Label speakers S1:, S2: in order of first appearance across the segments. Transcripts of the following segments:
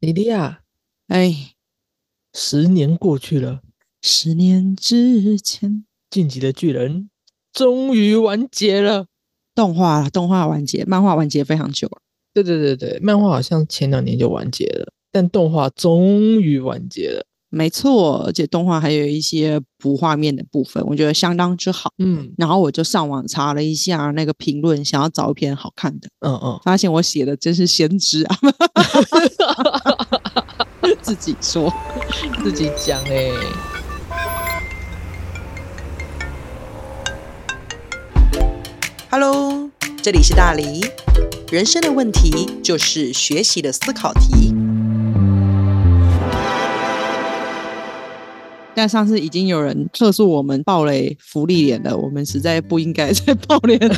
S1: 莉莉亚，
S2: 哎，
S1: 十年过去了，
S2: 十年之前
S1: 《晋级的巨人》终于完结了。
S2: 动画动画完结，漫画完结非常久了。
S1: 对对对对，漫画好像前两年就完结了，但动画终于完结了。
S2: 没错，而且动画还有一些补画面的部分，我觉得相当之好。
S1: 嗯
S2: 然后我就上网查了一下那个评论，想要找一篇好看的，
S1: 嗯嗯，
S2: 发现我写的真是先知啊！自己说，
S1: 自己讲哎、
S2: Hello，这里是大黎。人生的问题就是学习的思考题。但上次已经有人客诉我们暴雷福利脸了，我们实在不应该再暴雷 了，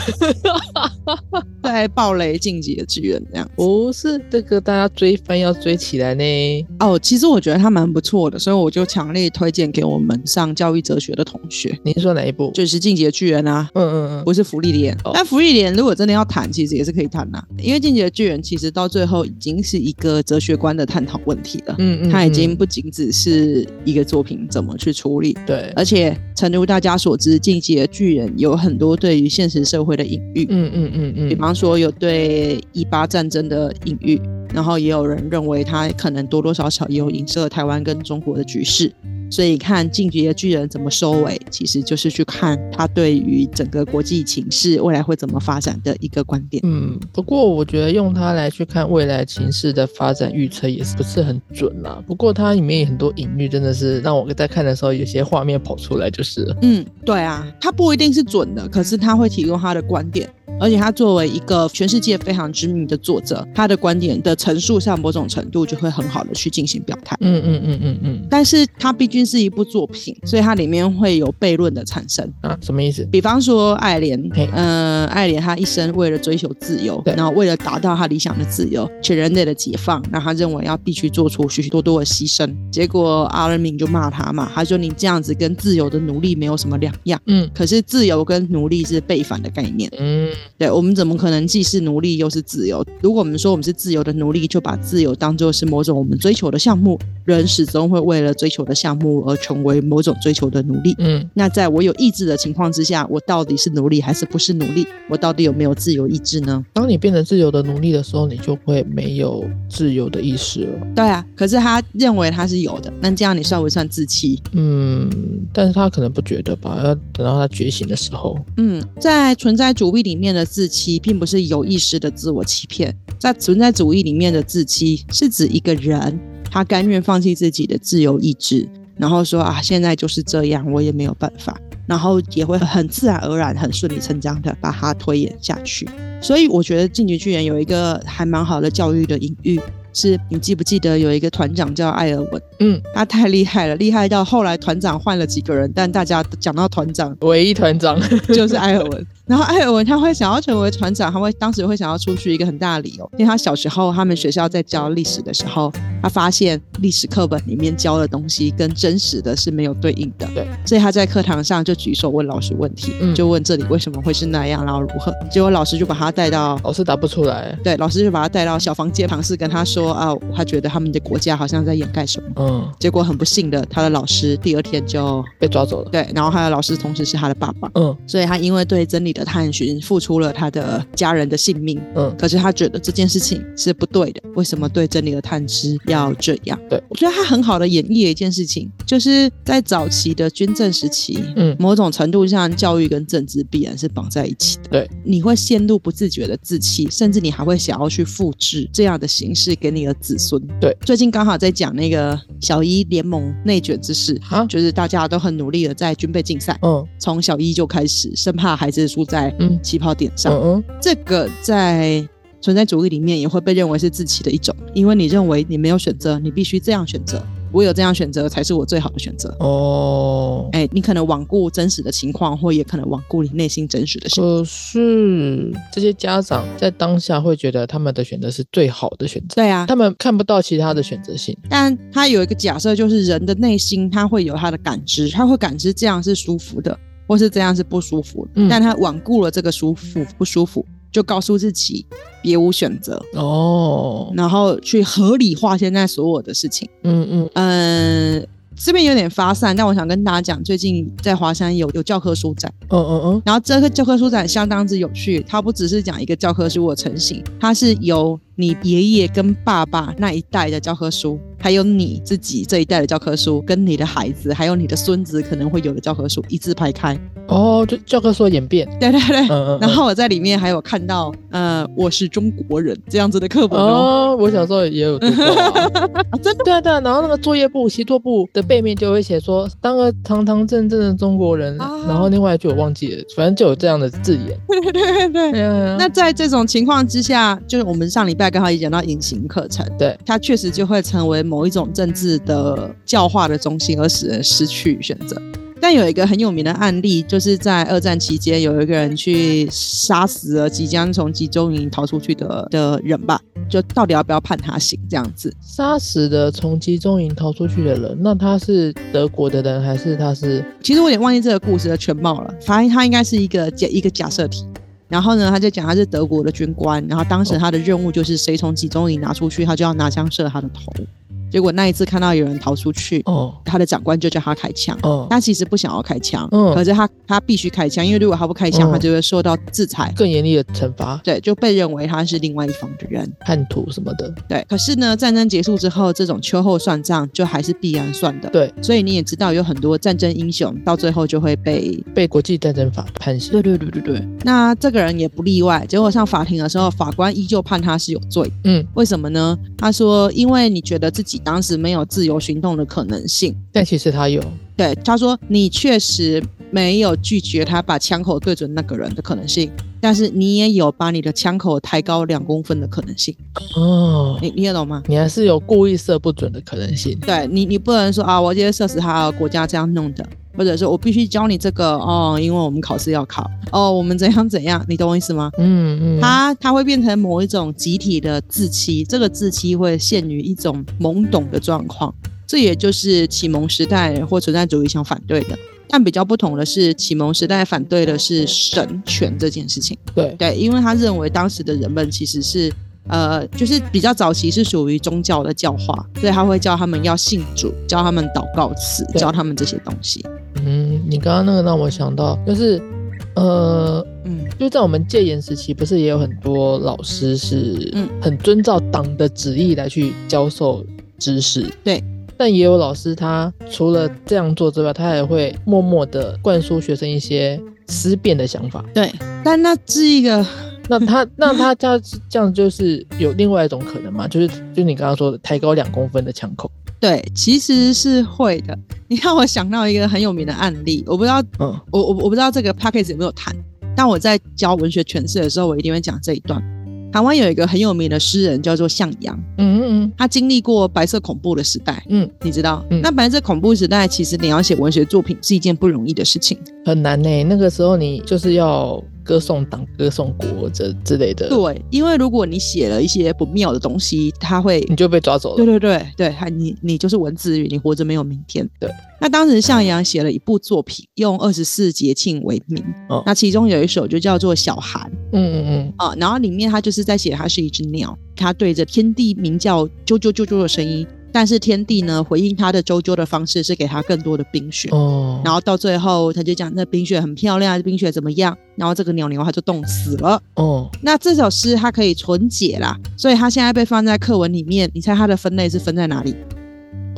S2: 再暴雷晋级的巨人这样。
S1: 不是这个大家追番要追起来呢。
S2: 哦，其实我觉得他蛮不错的，所以我就强烈推荐给我们上教育哲学的同学，
S1: 您说哪一部？
S2: 就是晋级的巨人啊，
S1: 嗯嗯嗯，
S2: 不是福利莲
S1: 哦。
S2: 但福利莲如果真的要谈，其实也是可以谈呐、因为《进击的巨人》其实到最后已经是一个哲学观的探讨问题了。
S1: 嗯嗯，
S2: 它已
S1: 嗯
S2: 经不仅只是一个作品怎么去处理，
S1: 嗯对，
S2: 而且诚如大家所知，《进击的巨人》有很多对于现实社会的隐喻，
S1: 嗯嗯嗯
S2: 比
S1: 嗯，
S2: 方说有对以巴战争的隐喻，然后也有人认为它可能多多少少也有影射台湾跟中国的局势。所以看《进击的巨人》怎么收尾，其实就是去看他对于整个国际情势未来会怎么发展的一个观点。
S1: 嗯，不过我觉得用它来去看未来情势的发展预测也是不是很准啦。不过它里面有很多隐喻，真的是让我在看的时候有些画面跑出来就是了。
S2: 嗯，对啊，它不一定是准的，可是他会提供他的观点。而且他作为一个全世界非常知名的作者，他的观点的陈述上某种程度就会很好的去进行表态。
S1: 嗯嗯嗯嗯嗯，
S2: 但是它毕竟是一部作品，所以它里面会有悖论的产生。
S1: 啊，什么意思？
S2: 比方说爱莲
S1: 嘿，
S2: 嗯、爱莲她一生为了追求自由，
S1: 对
S2: 然后为了达到她理想的自由，全人类的解放，那她认为要必须做出许许多多的牺牲。结果阿仁敏就骂她嘛，他说你这样子跟自由的奴隶没有什么两样。
S1: 嗯
S2: 可是自由跟奴隶是背反的概念，
S1: 嗯
S2: 对我们怎么可能既是奴隶又是自由？如果我们说我们是自由的奴隶，就把自由当做是某种我们追求的项目，人始终会为了追求的项目而成为某种追求的奴隶。
S1: 嗯
S2: 那在我有意志的情况之下，我到底是奴隶还是不是奴隶？我到底有没有自由意志呢？
S1: 当你变成自由的奴隶的时候，你就会没有自由的意识了。
S2: 对啊，可是他认为他是有的，那这样你算不算自欺？
S1: 嗯，但是他可能不觉得吧，要等到他觉醒的时候。
S2: 嗯，在存在主义里面的自欺，并不是有意识的自我欺骗，在存在主义里面的自欺，是指一个人他甘愿放弃自己的自由意志，然后说啊，现在就是这样，我也没有办法，然后也会很自然而然、很顺理成章的把它推演下去。所以我觉得《进击巨人》有一个还蛮好的教育的隐喻，是你记不记得有一个团长叫艾尔文？
S1: 嗯，
S2: 他太厉害了，厉害到后来团长换了几个人，但大家讲到团长
S1: 唯一团长，
S2: 就是艾尔文。然后艾尔文他会想要成为船长，他会当时会想要出去一个很大的理由，因为他小时候他们学校在教历史的时候，他发现历史课本里面教的东西跟真实的是没有对应的，
S1: 对，
S2: 所以他在课堂上就举手问老师问题，
S1: 嗯
S2: 就问这里为什么会是那样，然后如何，结果老师就把他带到。
S1: 老是答不出来。
S2: 对，老师就把他带到小房间，尝试跟他说啊，他觉得他们的国家好像在掩盖什么。
S1: 嗯，
S2: 结果很不幸的，他的老师第二天就
S1: 被抓走了。
S2: 对，然后他的老师同时是他的爸爸，
S1: 嗯
S2: 所以他因为对真理的探寻，付出了他的家人的性命。
S1: 嗯，
S2: 可是他觉得这件事情是不对的，为什么对真理的探知要这样？
S1: 对
S2: 我觉得他很好的演绎了一件事情，就是在早期的军政时期，
S1: 嗯
S2: 某种程度上教育跟政治必然是绑在一起的。
S1: 对，
S2: 你会陷入不自觉的自欺，甚至你还会想要去复制这样的形式给你的子孙。
S1: 对，
S2: 最近刚好在讲那个小一联盟内卷之事，
S1: 啊，
S2: 就是大家都很努力的在军备竞赛。
S1: 嗯
S2: 从小一就开始，生怕孩子输在
S1: 嗯
S2: 起跑点上。
S1: 嗯
S2: 这个在存在主义里面也会被认为是自欺的一种，因为你认为你没有选择，你必须这样选择，我有这样选择才是我最好的选择
S1: 嗯，。哦。
S2: 哎，你可能罔顾真实的情况，或也可能罔顾你内心真实的心。
S1: 可是这些家长在当下会觉得他们的选择是最好的选择，
S2: 对啊，
S1: 他们看不到其他的选择性。
S2: 但他有一个假设，就是人的内心他会有他的感知，他会感知这样是舒服的，或是这样是不舒服的。
S1: 嗯
S2: 但他罔顾了这个舒服不舒服，就告诉自己别无选择，
S1: 哦，
S2: 然后去合理化现在所有的事情。
S1: 嗯嗯，
S2: 嗯，这边有点发散，但我想跟大家讲，最近在华山有有教科书展，
S1: 哦哦
S2: 然后这个教科书展相当之有趣，它不只是讲一个教科书的成型，它是由你爷爷跟爸爸那一代的教科书，还有你自己这一代的教科书，跟你的孩子，还有你的孙子可能会有的教科书一字排开。
S1: 哦，哦，就教科书的演变，
S2: 对对对。
S1: 嗯嗯，
S2: 然后我在里面还有看到，呃，我是中国人这样子的课
S1: 嗯。
S2: 本哦，
S1: 哦，我小时候也有读过、啊
S2: 啊真的
S1: 对啊对啊，然后那个作业簿、习作簿的背面就会写说当个堂堂正正的中国人，
S2: 啊
S1: 然后另外一句我忘记了，反正就有这样的字眼。
S2: 对
S1: 对
S2: 对对对。
S1: 啊对啊
S2: 嗯那在这种情况之下，就是我们上礼拜刚好也讲到隐形课程，
S1: 对，
S2: 它确实就会成为某一种政治的教化的中心，而使人失去选择。但有一个很有名的案例，就是在二战期间，有一个人去杀死了即将从集中营逃出去的的人吧，就到底要不要判他刑这样子？
S1: 杀死的从集中营逃出去的人，那他是德国的人还是他是？
S2: 其实我有点忘记这个故事的全貌了，反正他应该是一个假一个假设题。然后呢，他就讲他是德国的军官，然后当
S1: 哦
S2: 时他的任务就是谁从集中营拿出去，他就要拿枪射他的头。结果那一次看到有人逃出去，
S1: 哦
S2: 他的长官就叫他开枪。
S1: 哦，
S2: 他其实不想要开枪，
S1: 嗯
S2: 可是他他必须开枪，因为如果他不开枪，
S1: 嗯
S2: 他就会受到制裁，
S1: 更严厉的惩罚，
S2: 对，就被认为他是另外一方的人，
S1: 叛徒什么的。
S2: 对。可是呢，战争结束之后，这种秋后算账就还是必然算的，
S1: 对。
S2: 所以你也知道，有很多战争英雄到最后就会被，
S1: 被国际战争法判刑。
S2: 对对对对对。那这个人也不例外，结果上法庭的时候，法官依旧判他是有罪，
S1: 嗯，
S2: 为什么呢？他说，因为你觉得自己当时没有自由行动的可能性。
S1: 但其实他有，
S2: 对，他说你确实没有拒绝他把枪口对准那个人的可能性，但是你也有把你的枪口抬高两公分的可能性，
S1: 哦，
S2: 你你也懂吗？
S1: 你还是有故意射不准的可能性。
S2: 对你，你不能说啊，我今天射死他，国家这样弄的，或者说我必须教你这个哦，因为我们考试要考哦，我们怎样怎样，你懂我意思吗？
S1: 嗯嗯，
S2: 它它会变成某一种集体的自欺，这个自欺会陷于一种懵懂的状况，这也就是启蒙时代或存在主义想反对的。但比较不同的是，启蒙时代反对的是神权这件事情，
S1: 对，
S2: 对，因为他认为当时的人们其实是。呃，就是比较早期是属于宗教的教化，所以他会教他们要信主，教他们祷告词，
S1: 对
S2: 教他们这些东西。
S1: 嗯，你刚刚那个让我想到，就是，呃，
S2: 嗯，
S1: 就在我们戒严时期，不是也有很多老师是
S2: 嗯
S1: 很遵照党的旨意来去教授知识，
S2: 对。
S1: 但也有老师，他除了这样做之外，他也会默默的灌输学生一些思辨的想法。
S2: 对。但那是一个
S1: 那他那他这样这样就是有另外一种可能嘛，就是就你刚刚说的抬高两公分的枪口。
S2: 对，其实是会的。你让我想到一个很有名的案例，我不知道，
S1: 嗯
S2: 我我我不知道这个 p a c k a g e 有没有谈，但我在教文学诠释的时候，我一定会讲这一段。台湾有一个很有名的诗人叫做向阳，
S1: 嗯嗯
S2: 他经历过白色恐怖的时代，
S1: 嗯，
S2: 你知道？
S1: 嗯
S2: 那白色恐怖时代，其实你要写文学作品是一件不容易的事情。
S1: 嗯很难呢、那个时候你就是要歌颂党、歌颂国这之类的，
S2: 对，因为如果你写了一些不妙的东西，他会
S1: 你就被抓走
S2: 对
S1: 了。
S2: 对对对，还你你就是文字狱，你活着没有明天。
S1: 对，
S2: 那当时向阳写了一部作品，用二十四节庆为名，
S1: 哦
S2: 那其中有一首就叫做《小寒》
S1: 嗯嗯
S2: 啊、然后里面他就是在写他是一只鸟，他对着天地鸣叫啾啾啾啾的声音，但是天地呢回应他的啾啾的方式是给他更多的冰雪。
S1: 嗯，哦，
S2: 然后到最后，他就讲那冰雪很漂亮，冰雪怎么样？然后这个鸟鸟它就冻死了。
S1: 哦，
S2: 那这首诗它可以纯解啦，所以它现在被放在课文里面。你猜它的分类是分在哪里？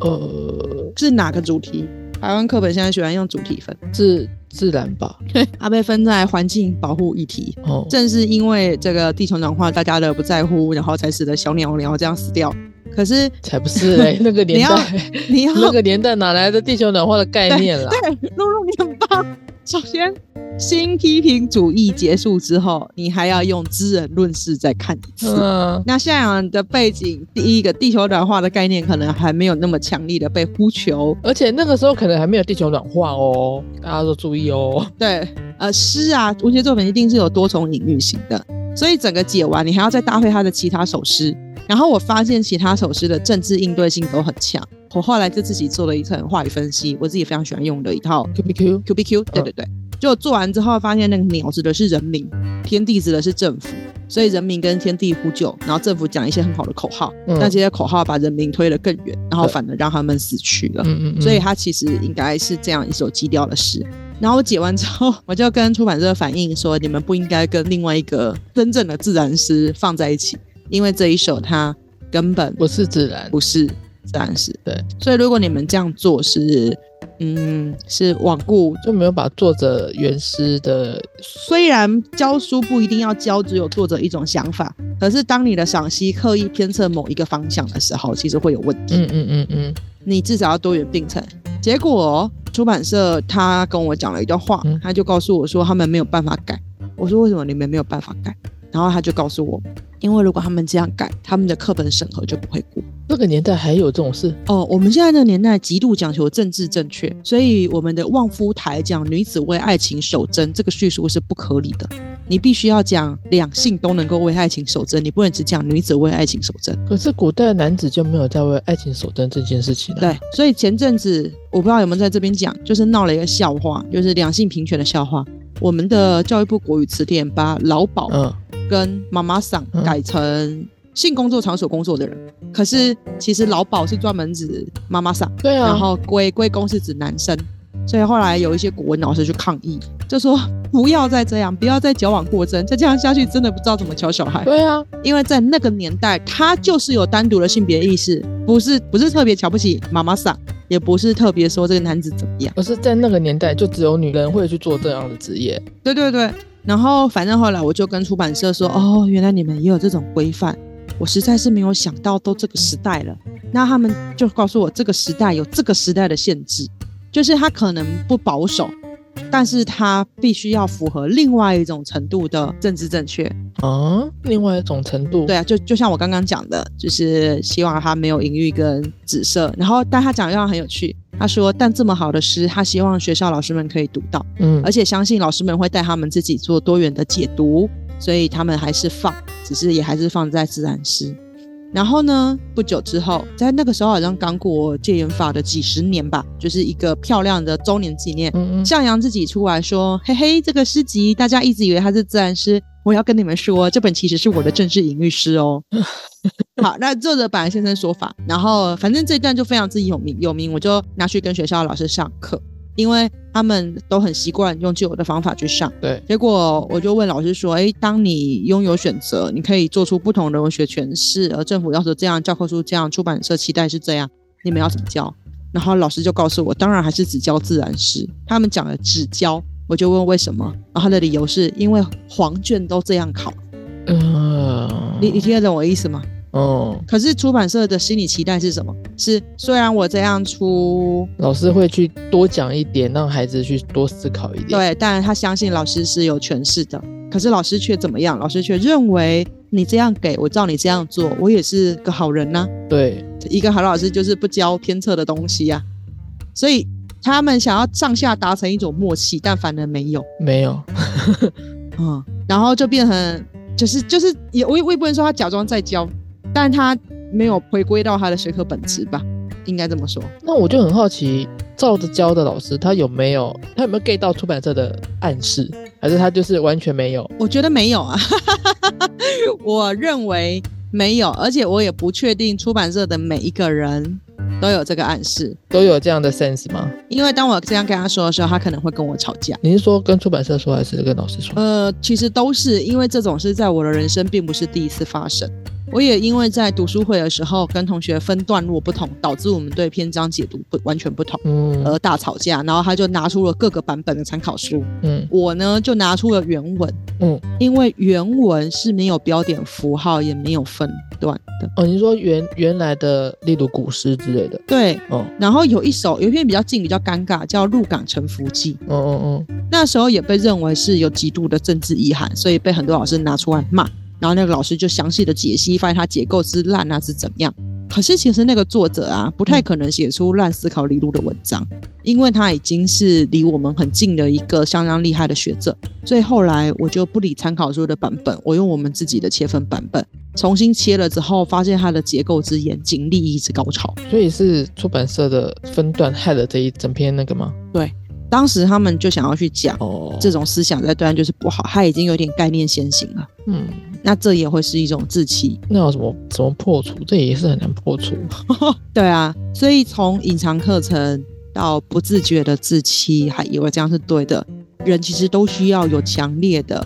S1: 呃，
S2: 是哪个主题？台湾课本现在喜欢用主题分，
S1: 自自然吧，
S2: 它被分在环境保护议题。
S1: 哦，
S2: 正是因为这个地球暖化，大家的不在乎，然后才使得小鸟鸟这样死掉。可是
S1: 才不是 嘞、那个
S2: 你
S1: 年
S2: 要
S1: 代，
S2: 你要
S1: 那个年代哪来的地球暖化的概念啦？
S2: 对露露，你很棒。首先，新批评主义结束之后，你还要用知人论事再看一次。
S1: 嗯
S2: 那向阳的背景，第一个地球暖化的概念可能还没有那么强力的被呼求，
S1: 而且那个时候可能还没有地球暖化哦，大家都注意哦。
S2: 对，呃，诗啊，文学作品一定是有多重隐喻性的，所以整个解完，你还要再搭配他的其他首诗。然后我发现其他首诗的政治应对性都很强，我后来就自己做了一层话语分析，我自己非常喜欢用的一套
S1: Q B Q，
S2: Q B Q，对对对，结果做完之后发现那个鸟指的是人民，天地指的是政府，所以人民跟天地呼救，然后政府讲一些很好的口号，
S1: 嗯
S2: 那这些口号把人民推得更远，然后反而让他们死去了。
S1: 嗯嗯嗯，
S2: 所以它其实应该是这样一首基调的诗。然后我解完之后， 我就跟出版社反映说，你们不应该跟另外一个真正的自然诗放在一起，因为这一首它根本
S1: 不是自然，
S2: 不是自然诗。
S1: 对，
S2: 所以如果你们这样做是，嗯，是罔顾。
S1: 就没有把作者原诗的
S2: 虽然教书不一定要教只有作者一种想法，可是当你的赏析刻意偏侧某一个方向的时候，其实会有问题。
S1: 嗯嗯嗯嗯，
S2: 你至少要多元并存。结果哦出版社他跟我讲了一段话
S1: 嗯，
S2: 他就告诉我说他们没有办法改。我说为什么你们没有办法改？然后他就告诉我，因为如果他们这样改，他们的课本审核就不会过。
S1: 那个年代还有这种事，
S2: 哦，我们现在这个年代极度讲求政治正确，所以我们的望夫台讲女子为爱情守贞这个叙述是不合理的。你必须要讲两性都能够为爱情守贞，你不能只讲女子为爱情守贞。
S1: 可是古代男子就没有在为爱情守贞这件事情、啊。，
S2: 对，所以前阵子我不知道有没有在这边讲，就是闹了一个笑话，就是两性平权的笑话。我们的教育部国语词典把劳保
S1: 嗯，
S2: 跟妈妈桑
S1: 嗯
S2: 改成性工作场所工作的人，可是其实劳保是专门指妈妈桑，
S1: 对啊，
S2: 然后归归公是指男生。所以后来有一些古文老师去抗议，就说不要再这样，不要再矫枉过正，再这样下去真的不知道怎么教小孩。
S1: 对啊，
S2: 因为在那个年代，他就是有单独的性别意识，不是不是特别瞧不起妈妈桑，也不是特别说这个男子怎么样。
S1: 可是在那个年代就只有女人会去做这样的职业。
S2: 对对对，然后反正后来我就跟出版社说，哦，原来你们也有这种规范，我实在是没有想到都这个时代了。那他们就告诉我，这个时代有这个时代的限制，就是他可能不保守，但是他必须要符合另外一种程度的政治正确。
S1: 啊，另外一种程度，
S2: 对啊，就就像我刚刚讲的，就是希望他没有隐喻跟紫色。然后，但他讲一段很有趣，他说：“但这么好的诗，他希望学校老师们可以读到，
S1: 嗯，
S2: 而且相信老师们会带他们自己做多元的解读，所以他们还是放，只是也还是放在自然诗。”然后呢？不久之后，在那个时候好像刚过戒严法的几十年吧，就是一个漂亮的周年纪念。
S1: 嗯嗯，
S2: 向阳自己出来说：“嘿嘿，这个诗集大家一直以为它是自然诗，我要跟你们说，这本其实是我的政治隐喻 诗哦。”好，那作者本来先生说法，然后反正这段就非常之有名有名，我就拿去跟学校的老师上课，因为他们都很习惯用旧有的方法去上。
S1: 对，
S2: 结果我就问老师说：“诶，当你拥有选择，你可以做出不同的文学诠释，而政府要求这样，教科书这样，出版社期待是这样，你们要怎么教？”然后老师就告诉我，当然还是只教自然史。他们讲了只教，我就问为什么，然后他的理由是因为黄卷都这样考。
S1: 呃，
S2: 你你听得懂我的意思吗？
S1: 哦，
S2: 可是出版社的心理期待是什么？是虽然我这样出，
S1: 老师会去多讲一点，让孩子去多思考一点。，
S2: 对，但他相信老师是有诠释的，可是老师却怎么样？老师却认为你这样给我，照你这样做，我也是个好人呐、
S1: 对，
S2: 一个好老师就是不教偏侧的东西呀、啊所以他们想要上下达成一种默契，但反而没有。
S1: 没有，
S2: 嗯，然后就变成就是就是也我也我也不能说他假装在教，但他没有回归到他的学科本质吧，应该这么说。
S1: 那我就很好奇，照着教的老师他有没有他有没有 get 到出版社的暗示，还是他就是完全没有？
S2: 我觉得没有啊， 我认为没有，而且我也不确定出版社的每一个人都有这个暗示，
S1: 都有这样的 sense 吗？
S2: 因为当我这样跟他说的时候，他可能会跟我吵架。
S1: 你是说跟出版社说，还是跟老师说？
S2: 呃，其实都是因为这种事在我的人生并不是第一次发生。我也因为在读书会的时候跟同学分段落不同，导致我们对篇章解读不完全不同。
S1: 嗯
S2: 而呃大吵架，然后他就拿出了各个版本的参考书，
S1: 嗯
S2: 我呢就拿出了原文，
S1: 嗯，
S2: 因为原文是没有标点符号，也没有分段的，
S1: 哦，你说原原来的，例如古诗之类的，
S2: 对。
S1: 哦，
S2: 然后有一首有一篇比较近比较尴尬，叫《入港沉浮记》，
S1: 嗯嗯嗯，
S2: 那时候也被认为是有极度的政治意涵，所以被很多老师拿出来骂。然后那个老师就详细的解析，发现它结构之烂啊是怎么样。可是其实那个作者啊，不太可能写出烂思考理路的文章，因为他已经是离我们很近的一个相当厉害的学者。所以后来我就不理参考书的版本，我用我们自己的切分版本重新切了之后，发现它的结构之严谨，立意之高超。
S1: 所以是出版社的分段害了这一整篇那个吗？
S2: 当时他们就想要去讲
S1: 哦，
S2: 这种思想在对岸就是不好，他已经有点概念先行了。
S1: 嗯，
S2: 那这也会是一种自欺，
S1: 那有什么怎么破除？这也是很难破除。
S2: 对啊，所以从隐藏课程到不自觉的自欺，还以为这样是对的，人其实都需要有强烈的、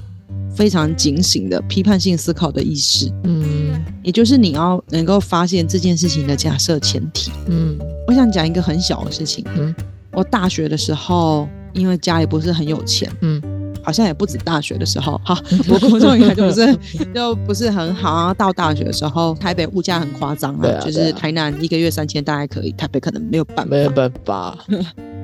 S2: 非常警醒的批判性思考的意识，
S1: 嗯
S2: 也就是你要能够发现这件事情的假设前提。
S1: 嗯
S2: 我想讲一个很小的事情，
S1: 嗯
S2: 我大学的时候，因为家里不是很有钱，
S1: 嗯，
S2: 好像也不止大学的时候， 哈，我国中应该就不是就不是很好啊。到大学的时候，台北物价很夸张
S1: 对啊
S2: 就
S1: 对
S2: 是
S1: 啊
S2: 台南一个月三千大概可以，台北可能没有办法，
S1: 没有办法。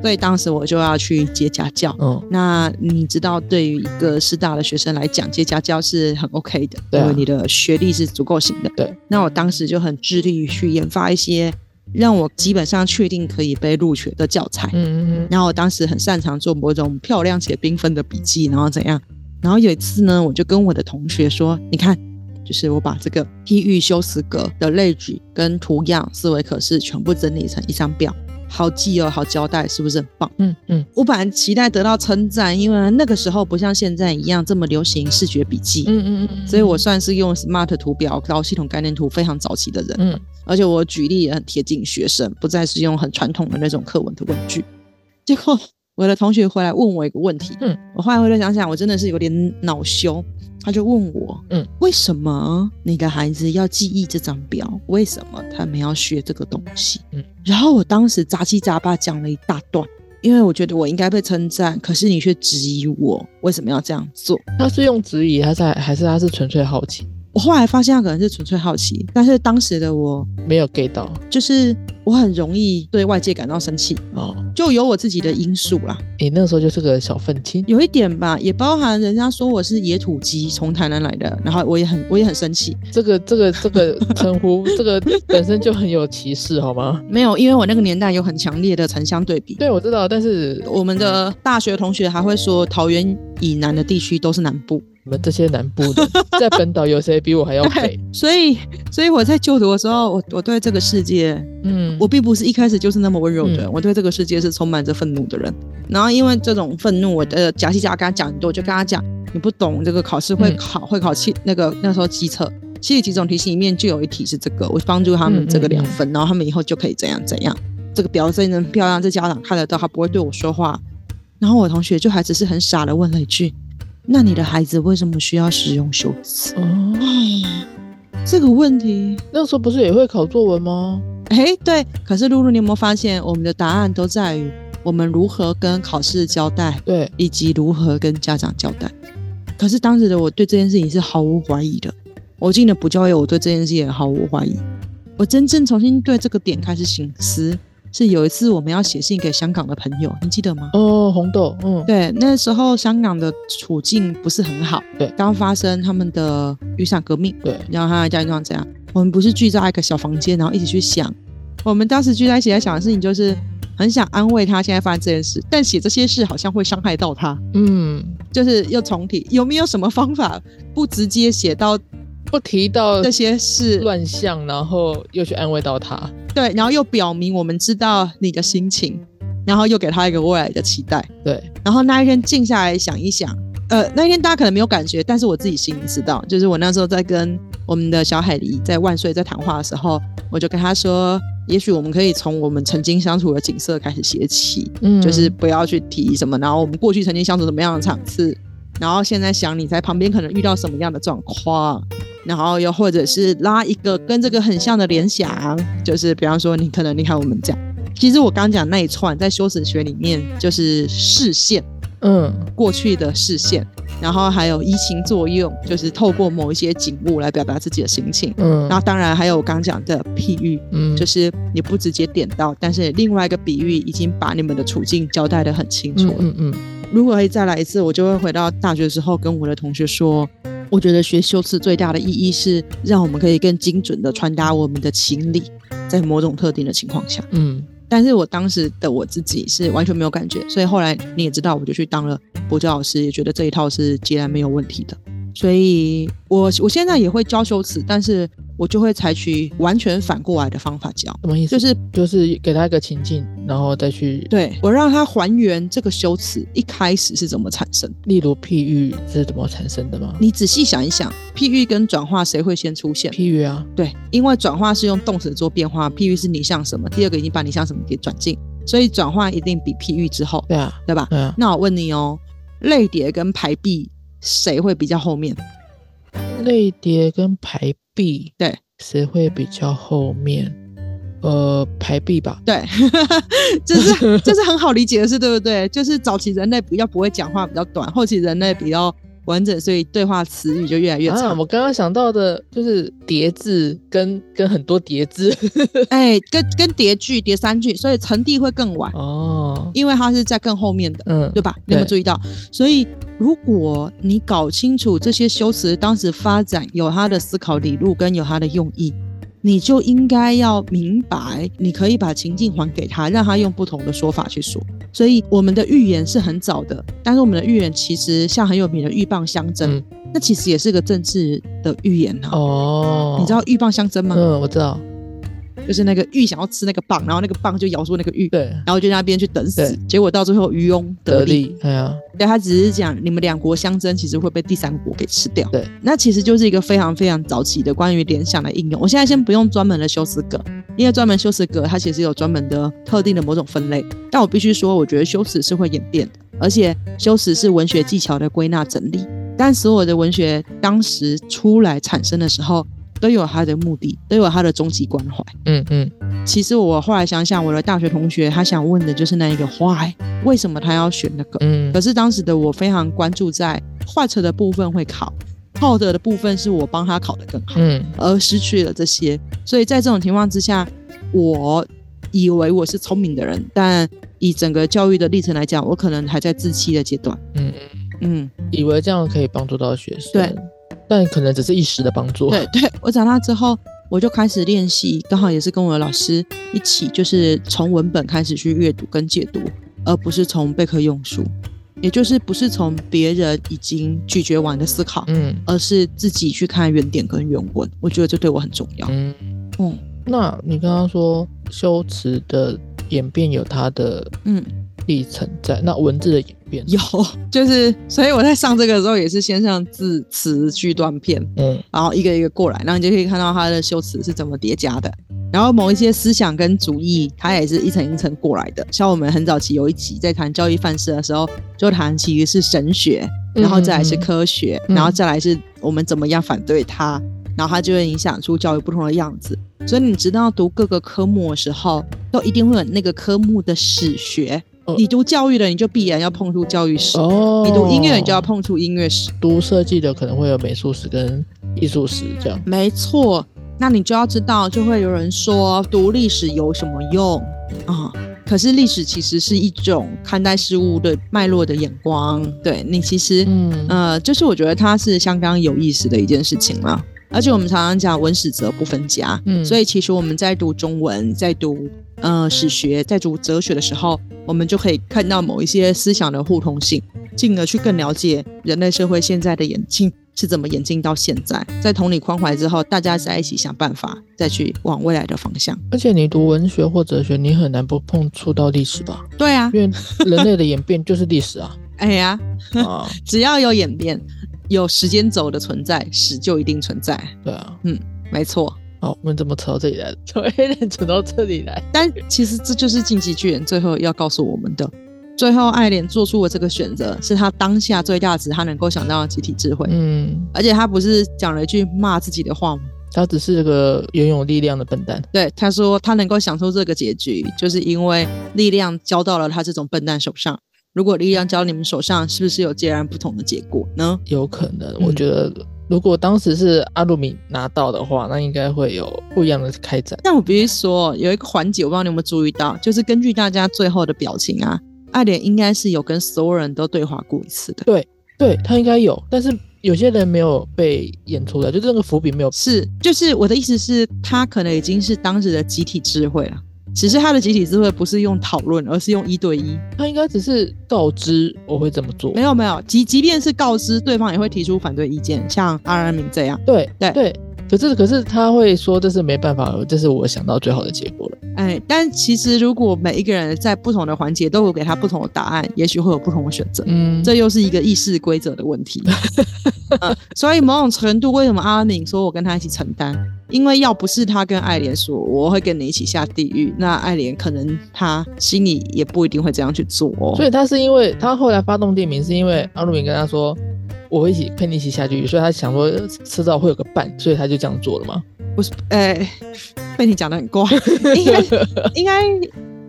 S2: 所以当时我就要去接家教。
S1: 嗯，
S2: 那你知道，对于一个师大的学生来讲，接家教是很 OK 的，
S1: 对啊
S2: 因为你的学历是足够型的。
S1: 对，
S2: 那我当时就很致力于去研发一些让我基本上确定可以被录取的教材。
S1: 嗯嗯
S2: 然后我当时很擅长做某种漂亮且缤纷的笔记，然后怎样？然后有一次呢，我就跟我的同学说：“你看，就是我把这个譬喻修辞格的类举跟图样思维可视全部整理成一张表，好记哦，好交代，是不是很棒？”
S1: 嗯嗯
S2: 我本来期待得到称赞，因为那个时候不像现在一样这么流行视觉笔记，
S1: 嗯嗯，
S2: 所以我算是用 Smart 图表到系统概念图非常早期的人。
S1: 嗯
S2: 而且我举例也很贴近学生，不再是用很传统的那种课文的问句。 结果我的同学回来问我一个问题，
S1: 嗯，
S2: 我后来回头想想，我真的是有点恼羞。他就问我，
S1: 嗯，
S2: 为什么你的孩子要记忆这张表？为什么他们要学这个东西？
S1: 嗯，
S2: 然后我当时杂七杂八讲了一大段，因为我觉得我应该被称赞，可是你却质疑我为什么要这样做。
S1: 他是用质疑，还是还是他是纯粹好奇，
S2: 我后来发现他可能是纯粹好奇，但是当时的我
S1: 没有 get 到
S2: 就是我很容易对外界感到生气，
S1: 哦。
S2: 就有我自己的因素啦，
S1: 你那时候就是个小愤青，
S2: 有一点吧，也包含人家说我是野土鸡，从台南来的，然后我也很我也很生气，
S1: 这个这个这个称呼，这个本身就很有歧视，好吗？
S2: 没有，因为我那个年代有很强烈的城乡对比。
S1: 对，我知道，但是
S2: 我们的大学同学还会说，桃园以南的地区都是南部，
S1: 你们这些南部的，在本岛有谁比我还要北？
S2: 所以，所以我在就读的时候，我我对这个世界
S1: 嗯，
S2: 我并不是一开始就是那么温柔的人，
S1: 嗯
S2: 我对这个世界是充满着愤怒的人。然后因为这种愤怒，我的假戏假跟他讲很多，我就跟他讲，你不懂这个考试会
S1: 嗯
S2: 考、会考七那个那时候机测，七十几种题型里面就有一题是这个，我帮助他
S1: 嗯
S2: 们
S1: 嗯
S2: 这个两分，然后他们以后就可以怎样怎样。这个表真的很漂亮，这家长看得到，他不会对我说话。然后我同学就还只是很傻的问了一句：“那你的孩子为什么需要使用修辞
S1: 哦，？”
S2: 这个问题
S1: 那时候不是也会考作文吗？
S2: 哎，对，可是露露，你有没有发现我们的答案都在于我们如何跟考试交代，
S1: 对，
S2: 以及如何跟家长交代？可是当时的我对这件事情是毫无怀疑的，我进了补教业，我对这件事情也毫无怀疑。我真正重新对这个点开始醒思，是有一次我们要写信给香港的朋友，你记得吗？
S1: 哦，红豆，嗯，
S2: 对，那时候香港的处境不是很好，
S1: 对
S2: 刚发生他们的雨伞革命，
S1: 对，
S2: 然后他的家庭状况怎样？我们不是聚在一个小房间，然后一起去想。我们当时聚在一起在想的事情，就是很想安慰他现在发生这件事，但写这些事好像会伤害到他，
S1: 嗯，
S2: 就是又重提有没有什么方法不直接写到
S1: 不提到
S2: 这些事？
S1: 乱象，然后又去安慰到他，
S2: 对，然后又表明我们知道你的心情，然后又给他一个未来的期待。
S1: 对，
S2: 然后那一天静下来想一想，呃，那一天大家可能没有感觉，但是我自己心里知道，就是我那时候在跟我们的小海狸在万岁在谈话的时候，我就跟他说，也许我们可以从我们曾经相处的景色开始写起，
S1: 嗯，
S2: 就是不要去提什么，然后我们过去曾经相处怎么样的场次，然后现在想你在旁边可能遇到什么样的状况，然后又或者是拉一个跟这个很像的联想，就是比方说你可能你看我们讲，其实我刚讲那一串在修辞学里面就是视线
S1: 嗯，
S2: 过去的视线，然后还有移情作用，就是透过某一些景物来表达自己的心情。
S1: 嗯嗯
S2: 然后当然还有我刚讲的譬喻，
S1: 嗯，
S2: 就是是你不直接点到，但是另外一个比喻已经把你们的处境交代的很清楚
S1: 嗯
S2: 了。
S1: 嗯嗯，
S2: 如果可以再来一次，我就会回到大学的时候跟我的同学说，我觉得学修辞最大的意义是让我们可以更精准的传达我们的情理，在某种特定的情况下。
S1: 嗯
S2: 但是我当时的我自己是完全没有感觉，所以后来你也知道，我就去当了补教老师，也觉得这一套是截然没有问题的。所以我我现在也会教修辞，但是我就会采取完全反过来的方法教，
S1: 什么意思？
S2: 就是
S1: 就是给他一个情境，然后再去，
S2: 对我让他还原这个修辞一开始是怎么产生。
S1: 例如譬喻是怎么产生的吗？
S2: 你仔细想一想，譬喻跟转化谁会先出现？
S1: 譬喻啊，
S2: 对，因为转化是用动词做变化，譬喻是你像什么，第二个已经把你像什么给转进，所以转化一定比譬喻之后，
S1: 对啊，
S2: 对吧？
S1: 对啊，
S2: 那我问你哦，类叠跟排比谁会比较后面？
S1: 类叠跟排比，
S2: 对，
S1: 谁会比较后面？呃，排比吧，
S2: 对， 这是这是很好理解的事，对不对？就是早期人类比较不会讲话，比较短；后期人类比较完整，所以对话词语就越来越
S1: 啊，
S2: 长。
S1: 我刚刚想到的就是叠字跟跟很多叠 字
S2: 哎、跟跟叠句、叠三句，所以成帝会更晚，
S1: 哦，
S2: 因为它是在更后面的，
S1: 嗯，
S2: 对吧？你有没有
S1: 对
S2: 注意到？所以如果你搞清楚这些修辞当时发展有它的思考理路跟有它的用意。你就应该要明白，你可以把情境还给他，让他用不同的说法去说。所以我们的预言是很早的，但是我们的预言其实像很有名的鹬蚌相争，
S1: 嗯
S2: 那其实也是个政治的预言啊。
S1: 哦，
S2: 你知道鹬蚌相争吗？
S1: 嗯，我知道，
S2: 就是那个鹬想要吃那个蚌，然后那个蚌就咬住那个鹬，
S1: 对，
S2: 然后就在那边去等死
S1: 对。
S2: 结果到最后渔翁得
S1: 得
S2: 利。
S1: 力，哎呀，
S2: 对他只是讲你们两国相争，其实会被第三国给吃掉。
S1: 对，
S2: 那其实就是一个非常非常早期的关于联想的应用。我现在先不用专门的修辞格，因为专门修辞格它其实有专门的特定的某种分类。但我必须说，我觉得修辞是会演变的，而且修辞是文学技巧的归纳整理。但所有的文学当时出来产生的时候，都有它的目的，都有它的终极关怀。
S1: 嗯嗯，
S2: 其实我后来想想，我的大学同学他想问的就是那一个 why，为什么他要选那个？
S1: 嗯
S2: 可，是当时的我非常关注在坏车的部分会考，好的的部分是我帮他考得更好，
S1: 嗯
S2: 而失去了这些。所以在这种情况之下，我以为我是聪明的人，但以整个教育的历程来讲，我可能还在自欺的阶段。
S1: 嗯，
S2: 嗯，
S1: 以为这样可以帮助到学生，
S2: 对，
S1: 但可能只是一时的帮助，
S2: 对对，我长大之后。我就开始练习，刚好也是跟我的老师一起，就是从文本开始去阅读跟解读，而不是从备课用书，也就是不是从别人已经咀嚼完的思考，
S1: 嗯
S2: 而是自己去看原点跟原文。我觉得这对我很重要。
S1: 嗯。
S2: 嗯
S1: 那你刚刚说修辞的演变有它的
S2: 嗯，
S1: 历程在，那文字的演变，
S2: 有， 就是所以我在上这个的时候也是先上字词句断片，
S1: 嗯
S2: 然后一个一个过来，然后你就可以看到它的修辞是怎么叠加的。然后某一些思想跟主义，它也是一层一层过来的。像我们很早期有一集在谈教育范式的时候，就谈其实是神学，然后再来是
S1: 嗯嗯
S2: 科学，
S1: 嗯
S2: 然后再来是我们怎么样反对它，然后它就会影响出教育不同的样子。所以你知道读各个科目的时候，都一定会有那个科目的史学
S1: 哦。
S2: 你读教育的，你就必然要碰触教育史；
S1: 哦，
S2: 你读音乐，你就要碰触音乐史。
S1: 读设计的可能会有美术史跟艺术史这样，
S2: 没错，那你就要知道，就会有人说读历史有什么用啊、可是历史其实是一种看待事物的脉络的眼光，对你其实
S1: 嗯
S2: 呃，就是我觉得它是相当有意思的一件事情啦。而且我们常常讲文史哲不分家，
S1: 嗯
S2: 所
S1: 以
S2: 以其实我们在读中文、在读呃史学、在读哲学的时候，我们就可以看到某一些思想的互通性，进而去更了解人类社会现在的演进是怎么演进到现在。在同理关怀之后，大家在一起想办法再去往未来的方向。
S1: 而且你读文学或哲学，你很难不碰触到历史吧？
S2: 对啊，
S1: 因为人类的演变就是历史 啊
S2: 哎呀，
S1: 啊，
S2: 只要有演变，有时间轴的存在，史就一定存在。
S1: 对啊。
S2: 没错。
S1: 好，我们怎么扯到这里来的？ 从 A 人扯到这里来，
S2: 但其实这就是晋级巨人最后要告诉我们的。最后，爱莲做出了这个选择，是他当下最大值，他能够想到的集体智慧。
S1: 嗯，
S2: 而且他不是讲了一句骂自己的话吗？
S1: 他只是个拥有力量的笨蛋。
S2: 对，他说他能够想出这个结局，就是因为力量交到了他这种笨蛋手上。如果力量交到你们手上，是不是有截然不同的结果呢？
S1: 有可能，
S2: 嗯
S1: 我觉得如果当时是阿鲁米拿到的话，那应该会有不一样的开展。
S2: 但我必须说，有一个环节，我不知道你有没有注意到，就是根据大家最后的表情啊，爱莲应该是有跟所有人都对话过一次的。
S1: 对他应该有，但是有些人没有被演出来，就是那个伏笔没有。
S2: 是，就是我的意思是，他可能已经是当时的集体智慧了。只是他的集体智慧不是用讨论，而是用一对一。
S1: 他应该只是告知我会这么做
S2: 没。有没有，即即便是告知对方，也会提出反对意见，像阿拉敏这样。
S1: 对
S2: 对
S1: 对，可是可是他会说这是没办法，这是我想到最好的结果了。
S2: 哎，但其实如果每一个人在不同的环节都有给他不同的答案，也许会有不同的选择。
S1: 嗯，
S2: 这又是一个议事规则的问题、呃所以某种程度，为什么阿敏说我跟他一起承担？因为要不是他跟爱莲说我会跟你一起下地狱，那爱莲可能他心里也不一定会这样去做哦。
S1: 所以他是因为他后来发动地名，是因为阿鲁敏跟他说我会一起陪你一起下去，所以他想说呃迟早会有个伴，所以他就这样做了嘛。
S2: 不是，哎、被你讲的很怪， 应该 应该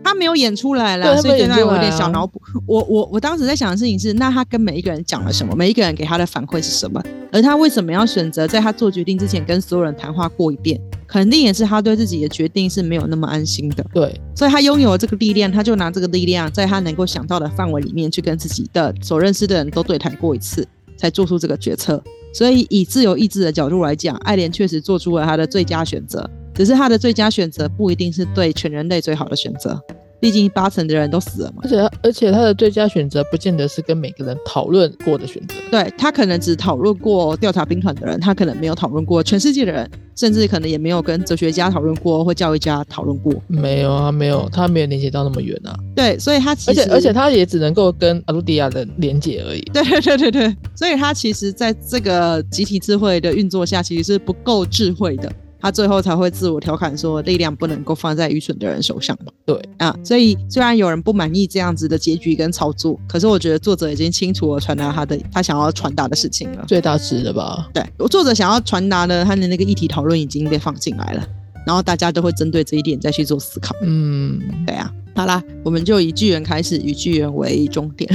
S2: 他没有演出来啦，
S1: 对他
S2: 所以
S1: 没有
S2: 现在
S1: 演出
S2: 有
S1: 来啊
S2: 点小脑补。我我我当时在想的事情是，那他跟每一个人讲了什么？每一个人给他的反馈是什么？而他为什么要选择在他做决定之前跟所有人谈话过一遍？肯定也是他对自己的决定是没有那么安心的，
S1: 对，
S2: 所以他拥有了这个力量，他就拿这个力量，在他能够想到的范围里面去跟自己的所认识的人都对谈过一次，才做出这个决策。所以以自由意志的角度来讲，爱莲确实做出了他的最佳选择，只是他的最佳选择不一定是对全人类最好的选择，毕竟八成的人都死了嘛。
S1: 而且他而且他的最佳选择不见得是跟每个人讨论过的选择。
S2: 对他可能只讨论过调查兵团的人，他可能没有讨论过全世界的人，甚至可能也没有跟哲学家讨论过或教育家讨论过。
S1: 没有啊，没有，他没有连接到那么远啊，
S2: 对，所以他其
S1: 而
S2: 实
S1: 且而且他也只能够跟阿鲁迪亚的连接而已。
S2: 对对对对对，所以他其实在这个集体智慧的运作下，其实是不够智慧的。他最后才会自我调侃说，力量不能够放在愚蠢的人手上嘛。
S1: 对
S2: 啊，所以虽然有人不满意这样子的结局跟操作，可是我觉得作者已经清楚的传达他的他想要传达的事情了。
S1: 最大值的吧？
S2: 对，我作者想要传达的他的那个议题讨论已经被放进来了，然后大家都会针对这一点再去做思考。
S1: 嗯，
S2: 对啊，好啦，我们就以巨人开始，以巨人为终点。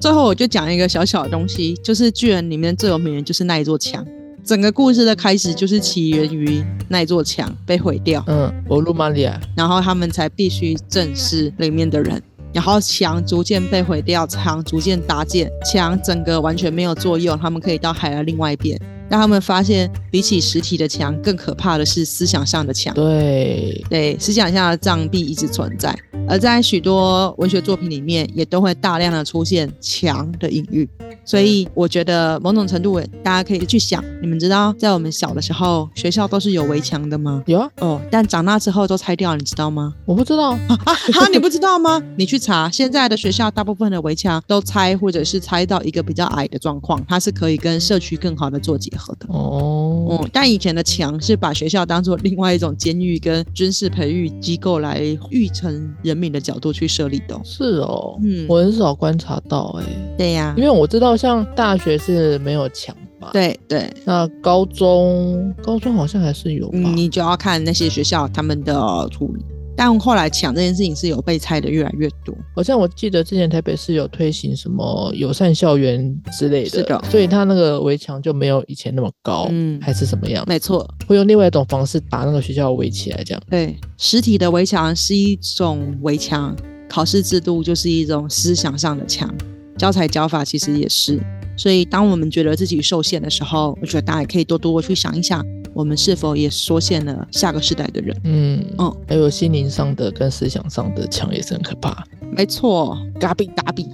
S2: 最后我就讲一个小小的东西，就是巨人里面最有名的就是那一座墙。整个故事的开始就是起源于那一座墙被毁掉，
S1: 嗯，我路玛利亚，
S2: 然后他们才必须正视里面的人。然后墙逐渐被毁掉，墙逐渐搭建，墙整个完全没有作用，他们可以到海的另外一边。让他们发现，比起实体的墙，更可怕的是思想上的墙。
S1: 对，
S2: 对，思想下的障壁一直存在，而在许多文学作品里面，也都会大量的出现强的隐喻。所以我觉得某种程度，大家可以去想，你们知道，在我们小的时候，学校都是有围墙的吗？
S1: 有啊，
S2: 哦，但长大之后都拆掉，你知 道吗？
S1: 我不知道，
S2: 啊哈，你不知道吗？你去查，现在的学校大部分的围墙都拆，或者是拆到一个比较矮的状况，它是可以跟社区更好的做结合的。
S1: 哦，
S2: 嗯，但以前的墙是把学校当做另外一种监狱跟军事培育机构来育成人民的角度去设立的哦、
S1: 是哦，
S2: 嗯
S1: 我很少观察到、欸，哎，
S2: 对呀、
S1: 因为我知道像大学是没有墙吧？，
S2: 对对，
S1: 那高中，高中好像还是有吧？
S2: 嗯你就要看那些学校他们的处理。但后来墙这件事情是有被拆的越来越多，
S1: 好像我记得之前台北市有推行什么友善校园之类的，
S2: 是的
S1: 所以它那个围墙就没有以前那么高，
S2: 嗯
S1: 还是什么样，
S2: 没错，
S1: 会用另外一种方式把那个学校围起来，这样。
S2: 对，实体的围墙是一种围墙，考试制度就是一种思想上的墙，教材教法其实也是。所以，当我们觉得自己受限的时候，我觉得大家也可以多多去想一想，我们是否也缩限了下个世代的人。
S1: 嗯
S2: 嗯
S1: 还有心灵上的跟思想上的墙也是很可怕。
S2: 没错， 嘎比嘎比。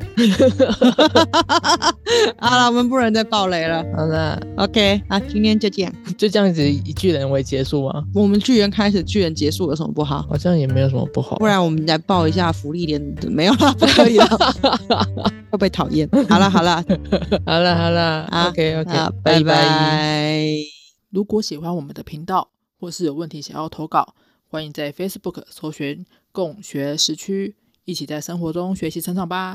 S2: 好了，我们不能再爆雷了。
S1: 好啦，
S2: OK，那今天就这样。
S1: 就这样子以巨人为结束吗？
S2: 我们巨人开始，巨人结束有什么不好？
S1: 好像也没有什么不好。
S2: 不然我们来报一下福利连，没有啦，不可以了，会被讨厌。好了好了，
S1: 好啦好啦
S2: 啊
S1: o k OK，
S2: 啊
S1: 拜
S2: 拜拜。
S1: 如果喜欢我们的频道，或是有问题想要投稿，欢迎在 Facebook 搜寻“共学时区”，一起在生活中学习成长吧。